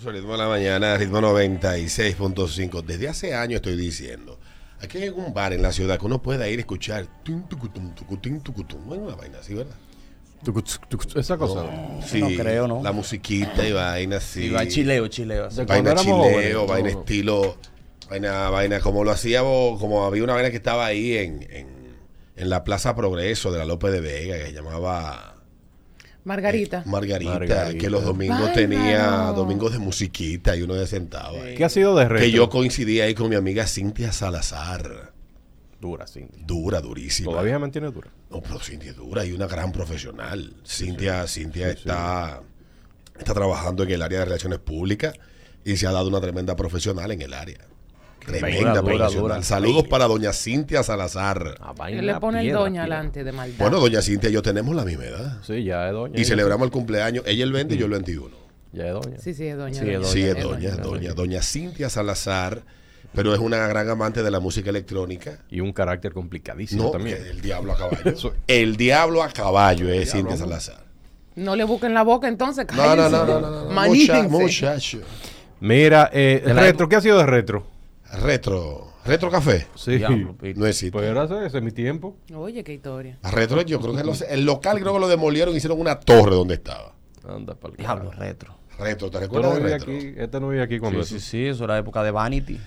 Su ritmo de la mañana, ritmo 96.5. Desde hace años estoy diciendo, aquí hay algún bar en la ciudad que uno pueda ir a escuchar. tin, tucutum, tucutín, tucutum. No hay una vaina así, ¿verdad? Esa cosa. Sí, no creo, ¿no? La musiquita y vaina así. Y va chileo, chileo. así. De Vaina Cuando éramos chileo, jóvenes, vaina todo. estilo, vaina, vaina, como lo hacíamos, como había una vaina que estaba ahí en, en, en la Plaza Progreso de la López de Vega, que se llamaba eh, Margarita. Margarita, Margarita. que los domingos Bárbaro. tenía domingos de musiquita y uno se sentaba. ahí. ¿Qué ha sido de retro? Que yo coincidí ahí con mi amiga Cintia Salazar. Dura, Cintia. Dura, durísima. Todavía se mantiene dura. No, pero Cintia es dura y una gran profesional. Cintia, Cintia está, está trabajando en el área de relaciones públicas y se ha dado una tremenda profesional en el área. Tremenda dura, dura, profesional. dura. Saludos para doña Cintia Salazar. Ah, Él vaina, le pone el piedra, doña piedra. adelante de maldad. Bueno, doña Cintia y yo tenemos la misma edad. Sí, ya es doña. Y celebramos el cumpleaños, ella el 20 y yo el 21. Ya es doña. sí, sí, es doña. Sí, es sí, es es doña, es doña, doña. doña. Doña Cintia Salazar, pero es una gran amante de la música electrónica. Y un carácter complicadísimo No, también. que el diablo a caballo. Eso. el diablo a caballo es Cintia Salazar. No le busquen la boca entonces. No, no, cállense. no, no, no, no. Maníjense. Mucha- muchacho. Mira, eh, retro, ¿qué ha sido de retro? Retro. Retro café. Sí. Diablo, Pete. No existe. Pues gracias, ese es mi tiempo. Oye, qué historia. retro yo creo que los- el local creo que lo demolieron y hicieron una torre donde estaba. Anda, pa'l Diablo, carajo. retro. Retro, ¿te Tú no recuerdas de vivías retro? aquí, este no vivía aquí cuando Sí, sí, sí, eso era época de Vanity.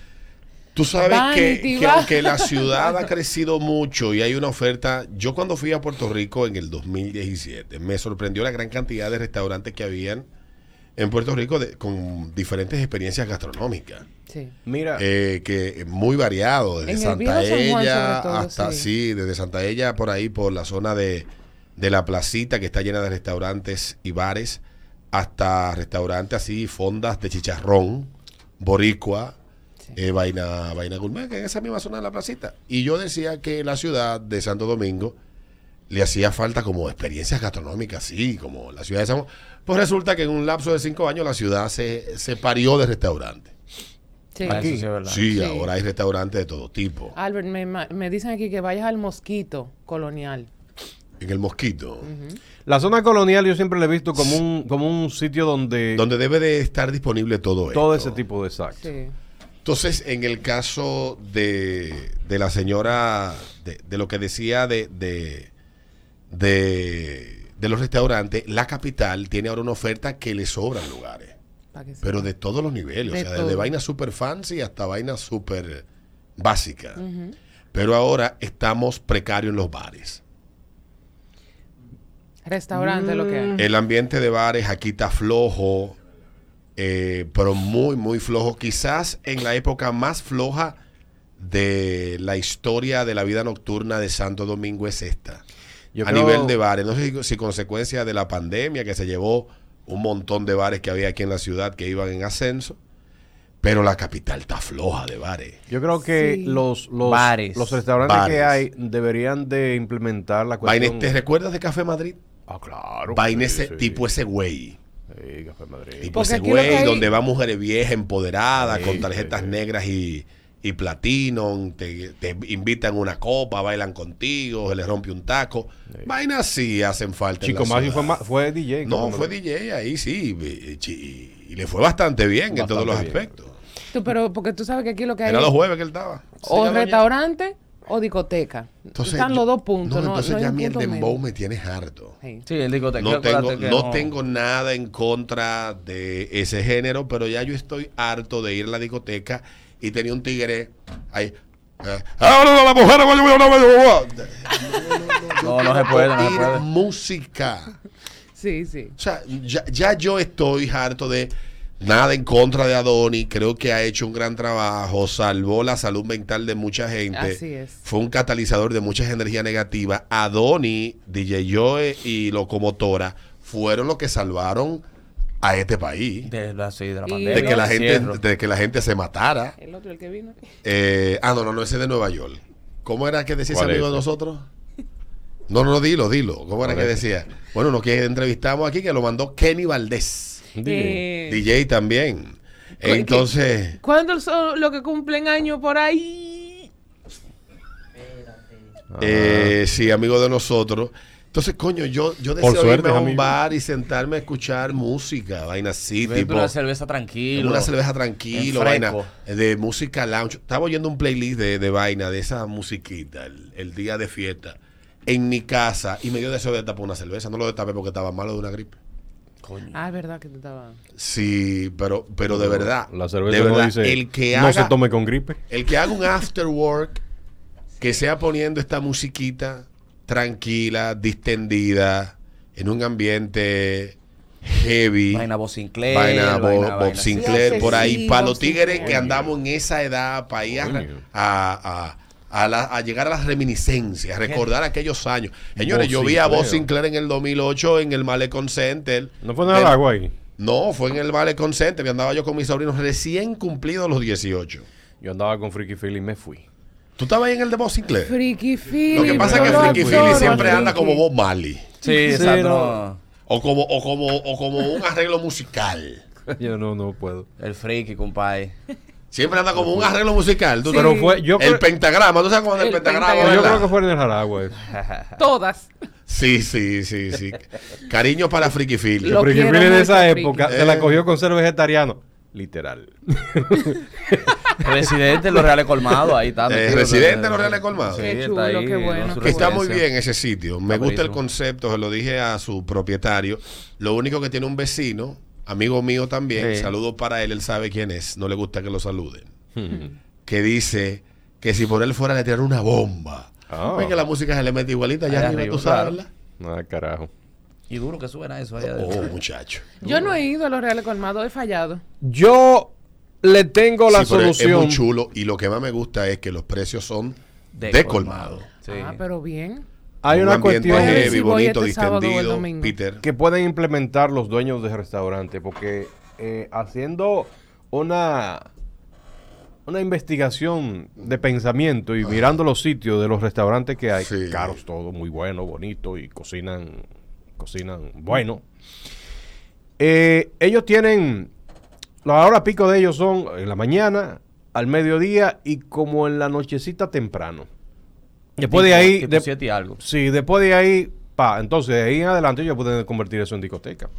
Tú sabes que, Vanity, que va. aunque la ciudad ha crecido mucho y hay una oferta, yo cuando fui a Puerto Rico en el 2017 me sorprendió la gran cantidad de restaurantes que habían en Puerto Rico de- con diferentes experiencias gastronómicas. Sí. Mira, eh, que muy variado, desde En el Santa viejo San Juan, Ella sobre todo, hasta sí. sí. desde Santa Ella por ahí, por la zona de, de la placita que está llena de restaurantes y bares, hasta restaurantes así, fondas de chicharrón, boricua, Sí. eh, vaina, vaina gourmet, que en esa misma zona de la placita. Y yo decía que la ciudad de Santo Domingo le hacía falta como experiencias gastronómicas, sí, como la ciudad de San Juan. Pues resulta que en un lapso de cinco años la ciudad se, se parió de restaurantes. Sí. Ah, Eso sí es verdad. Sí, Sí. ahora hay restaurantes de todo tipo. Albert, me, ma- me dicen aquí que vayas al mosquito colonial. En el Mosquito, la zona colonial yo siempre la he visto como un, como un sitio donde donde debe de estar disponible todo esto. todo ese tipo de sacos. Sí. Entonces, en el caso de, de la señora, de, de lo que decía de, de, de, de los restaurantes, la capital tiene ahora una oferta que le sobran lugares, pa' que sepa. pero de todos los niveles, De o sea, desde todo. vainas super fancy hasta vainas super básicas. Pero ahora estamos precarios en los bares. Restaurante lo que hay. El ambiente de bares aquí está flojo, eh, pero muy, muy flojo. Quizás en la época más floja de la historia de la vida nocturna de Santo Domingo es esta. Yo a creo- nivel de bares. No sé si, si consecuencia de la pandemia que se llevó un montón de bares que había aquí en la ciudad que iban en ascenso, pero la capital está floja de bares. Yo creo que Sí. los, los, Bares. los restaurantes que hay Bares. este deberían de implementar la Vaina- cuestión. ¿Te recuerdas de Café Madrid? Ah, claro. Vaina sí, ese sí. tipo ese güey. Sí, Café Madrid. Tipo Porque ese aquí lo que pues güey, hay- donde va mujeres viejas empoderadas Sí, con tarjetas sí, sí. negras y, y platino, te, te invitan una copa, bailan contigo, se les rompe un taco. Vainas sí hacen falta. en Chico la Maggi fue, ciudad. ma- fue DJ. No, ¿cómo fue DJ ahí, sí. Y, y- y le fue bastante bien en Bastante todos los bien. aspectos. Tú, pero porque tú sabes que aquí lo que hay Era es los jueves que él estaba. Sí, o ya doña- restaurante o discoteca. Entonces, Están los yo- dos puntos. No, entonces no hay ya un a mí el punto dembow medio. me tiene harto. Sí. Sí, el discoteca. No tengo, acuérdate que no tengo nada en contra de ese género, pero ya yo estoy harto de ir a la discoteca y tenía un tigre ahí. eh, ¡Ahora la mujer! guau, guau, guau, guau, guau! No, no se puede, no se Oír puede. música. sí, sí. O sea, ya, ya yo estoy harto de nada en contra de Adoni. Creo que ha hecho un gran trabajo, salvó la salud mental de mucha gente. Así es. Fue un catalizador de muchas energías negativas. Adoni, DJ Joe y Locomotora fueron los que salvaron a este país De la, sí, de la Y pandemia. de que la del gente encierro. de que la gente se matara. El otro, el que vino aquí. Eh, ah, no, no, no, ese de Nueva York. ¿Cómo era que decía ese ¿Cuál amigo es? de nosotros? No, no, dilo, dilo. ¿Cómo era que ¿Cuál es? decía? Bueno, lo que entrevistamos aquí que lo mandó Kenny Valdés. DJ. Eh, DJ también. Entonces, ¿Cuándo son los que cumplen años por ahí? Ah. eh, sí, amigo de nosotros. Entonces, coño, yo, yo deseo suerte, irme a un amigo. bar y sentarme a escuchar música, vaina así, Bebe tipo. una cerveza en tranquilo. Una cerveza tranquilo, en vaina fresco. de música lounge. Estaba oyendo un playlist de, de vaina, de esa musiquita, el, el día de fiesta, en mi casa, y me dio deseo de tapar una cerveza. No lo destapé porque estaba malo de una gripe. Coño. Ah, es verdad que tú estabas. Sí, pero, pero de verdad. La cerveza de no verdad, dice el que no haga, se tome con gripe. El que haga un after work, que sea poniendo esta musiquita tranquila, distendida, en un ambiente heavy. Vaina Bob Sinclair. Vaina, Bo- Bob, vaina. Sinclair, Sí, por ahí, sí, para Bob los tigres Sinclair. que andamos en esa edad, para ir a, Coño. a- a- a la- a llegar a las reminiscencias, a recordar aquellos años. Señores, Bob yo vi a Bob Sinclair Sinclair. en el 2008 en el Malecon Center. No fue nada Del- de agua ahí. No, fue en el Malecon Center, que andaba yo con mis sobrinos recién cumplidos los 18. Yo andaba con Friki Philly y me fui. ¿Tú estabas ahí en el de Bob Sinclair? Friki Philly. Lo que pasa es que yo lo Friki Philly adoro, siempre anda Friki. como Bob Marley. Sí, exacto. no. no. O como, o como, o como un arreglo musical. Yo no, no puedo. El friki, compadre. Siempre anda como un arreglo musical. ¿tú Pero fue, yo, el creo, pentagrama, ¿tú sabes cómo es el, El pentagrama? pentagrama. yo verdad? creo que fue en el Jaragua. eso. Todas. Sí, sí, sí, sí. Cariño para Eh, Friki Philly. Lo Friki quiero Philly de mucho, esa Friki. época Eh. se la cogió con ser vegetariano. Literal. Residente, los Reales Colmados, ahí está. Eh, metido. Residente en Los Reales Colmados. Sí, Qué está chulo, ahí, qué bueno. con su Que está muy residencia. bien ese sitio. Me Está gusta el buenísimo. concepto, se lo dije a su propietario. Lo único que tiene un vecino, amigo mío también, Sí. saludos para él, él sabe quién es, no le gusta que lo saluden, que dice que si por él fuera le tirar una bomba. Ah. Ven que la música se le mete igualita allá Allá arriba, arriba, tú sabes, claro. Nada, carajo. Y duro que suena eso allá ¿verdad? adentro. Oh, muchacho. Yo no he ido a los Reales Colmados, he fallado. Yo le tengo la Sí, pero es- Es solución. muy chulo y lo que más me gusta es que los precios son de, colmado. Sí. Ah, pero bien. Hay Un una ambiente cuestión Oye, heavy, si voy bonito, este sábado o el distendido, domingo. Peter. que pueden implementar los dueños de restaurantes, porque eh, haciendo una una investigación de pensamiento y mirando los sitios de los restaurantes que hay, Sí. caros todo, muy bueno, bonito y cocinan cocinan bueno. Eh, ellos tienen la hora pico de ellos son en la mañana, al mediodía y como en la nochecita temprano. Después de Tipo- ahí, tipo de- siete y algo. Sí, después de ahí, pa, entonces de ahí en adelante ellos pueden convertir eso en discoteca.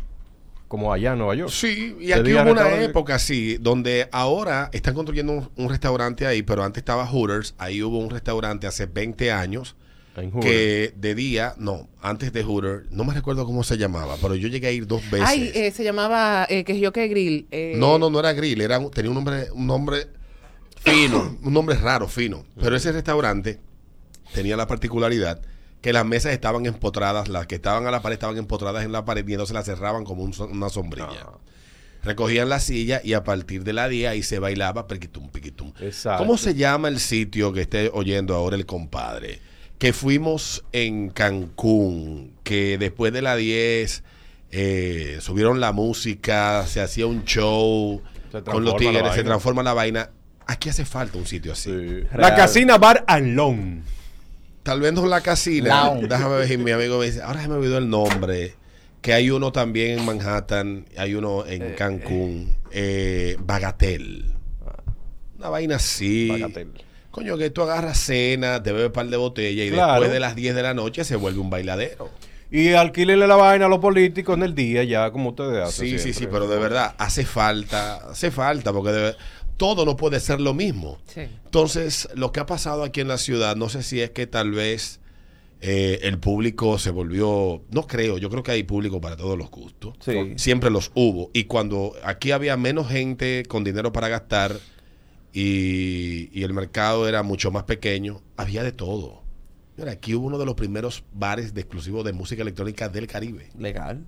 Como allá en Nueva York. Sí, y Te aquí diga hubo una restaurante. época así, donde ahora están construyendo un, un restaurante ahí, pero antes estaba Hooters, ahí hubo un restaurante hace 20 años En Hoover. que de día, no, antes de Hooters, no me recuerdo cómo se llamaba, pero yo llegué a ir dos veces. Ay, eh, se llamaba eh, que yo que grill. eh, No, no, no era grill, era un- tenía un nombre, un nombre fino, un nombre raro, fino. Pero ese restaurante tenía la particularidad que las mesas estaban empotradas, las que estaban a la pared estaban empotradas en la pared y entonces las cerraban como un so- una sombrilla. Ah. Recogían la silla y a partir de la día ahí se bailaba perquitum, piquitum. Exacto. ¿Cómo se llama el sitio que esté oyendo ahora el compadre? Que fuimos en Cancún, que después de la 10 eh, subieron la música, se hacía un show Se transforma con los la tigres, se vaina. transforma la vaina. Aquí hace falta un sitio así. Sí. Real. La Casina Bar and Lounge. Tal vez no la casina. Lounge. Déjame ver si mi amigo me dice, ahora se me olvidó el nombre. Que hay uno también en Manhattan, hay uno en Cancún. Eh, Bagatel. Una vaina así. Bagatel. Coño, que tú agarras cena, te bebes un par de botellas y Claro. después de las 10 de la noche se vuelve un bailadero. Y alquilenle la vaina a los políticos en el día ya, como ustedes hacen. Sí, sí, siempre. sí, pero de verdad, hace falta, hace falta, porque de ver- todo no puede ser lo mismo. Sí. Entonces, lo que ha pasado aquí en la ciudad, no sé si es que tal vez eh, el público se volvió, no creo, yo creo que hay público para todos los gustos. Sí. Siempre los hubo. Y cuando aquí había menos gente con dinero para gastar y, y el mercado era mucho más pequeño, había de todo. Mira, aquí hubo uno de los primeros bares de exclusivos de música electrónica del Caribe, Legal.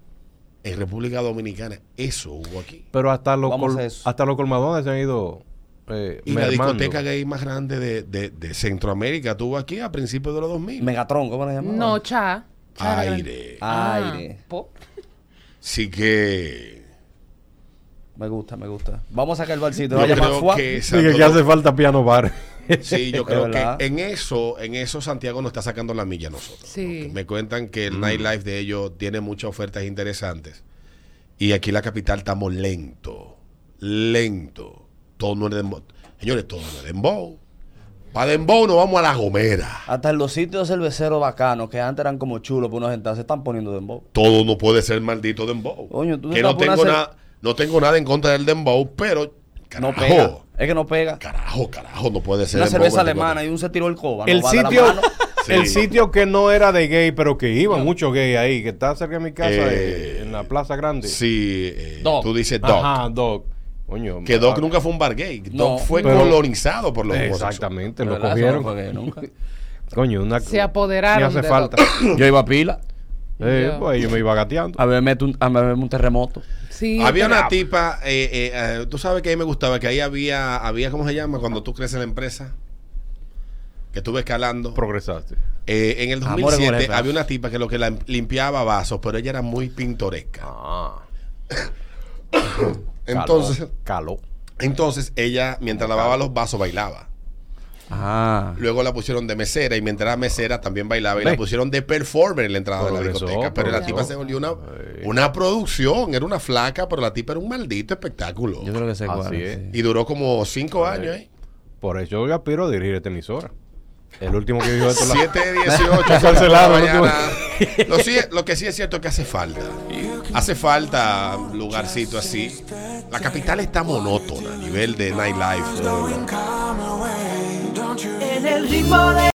en República Dominicana. Eso hubo aquí. Pero hasta los, Vamos col- a eso. hasta los colmadones se han ido. Eh, Y la mermando. discoteca gay más grande de, de- de Centroamérica tuvo aquí a principios de los 2000. Megatron, ¿cómo la llamaban? No, cha. Cha era grande. Aire. Ah, Aire. po. Así que Me gusta, me gusta. Vamos a sacar el barcito. yo Vaya más creo fuá. que, Sí, que, Santo que hace falta piano bar. Sí, yo creo que verdad. en eso, en eso Santiago nos está sacando la milla a nosotros. Sí. Porque Me cuentan que Mm. el nightlife de ellos tiene muchas ofertas interesantes. Y aquí en la capital estamos lento, lento. Todo no es dembow. Señores, todo no es dembow. Para Dembow nos vamos a La Gomera. Hasta en los sitios cerveceros bacanos, que antes eran como chulos por unos sentarse, se están poniendo dembow. Todo no puede ser maldito Dembow. Coño, tú te que no tapas una tengo, ce- nada, no tengo nada en contra del Dembow, pero carajo, No pega. Es que no pega. carajo, carajo, no puede ser Una dembow este cerveza 24. alemana y un se tiró el coba. no El va de la sitio, mano. Sí. el sitio que no era de gay, pero que iban muchos gays ahí, que está cerca de mi casa, Eh, eh, en la Plaza Grande. Sí, eh, Doc. tú dices Doc. Ajá, Doc. Coño, Que Doc ah, nunca fue un bar gay. No, Doc fue pero- colonizado por los homosexuales. Exactamente, lo ¿Verdad? Eso no cogieron. fue que nunca. Coño, una Se apoderaron ni hace de falta. Yo iba a pila. Eh, Yo- pues yo me iba gateando. A verme un, a beberme un terremoto. Sí, Había pero- una tipa, eh, eh, eh, tú sabes que a mí me gustaba, que ahí había, había ¿cómo se llama? Cuando tú creces en la empresa, que estuve escalando. Progresaste. Eh, en el Amores con 2007 el jefe. había una tipa que lo que la limpiaba vasos, pero ella era muy pintoresca. Ah, Entonces, caló. entonces ella, mientras lavaba los vasos, bailaba. Ah. Luego la pusieron de mesera y mientras era mesera también bailaba y la Ve. pusieron de performer en la entrada de la Progresó, discoteca. Pero la progresó. tipa se volvió una, una producción, era una flaca, pero la tipa era un maldito espectáculo. Yo creo que sé Así cuál. es. sí. Y duró como cinco años, ¿eh? Por eso yo aspiro a dirigir esta emisora. El último que dijo esto. la- 7 de 18. Cancelado, de la ¿no? mañana. Lo, sí- lo que sí es cierto es que hace falta. Hace falta un lugarcito así. La capital está monótona a nivel de nightlife. ¿no? En el ritmo de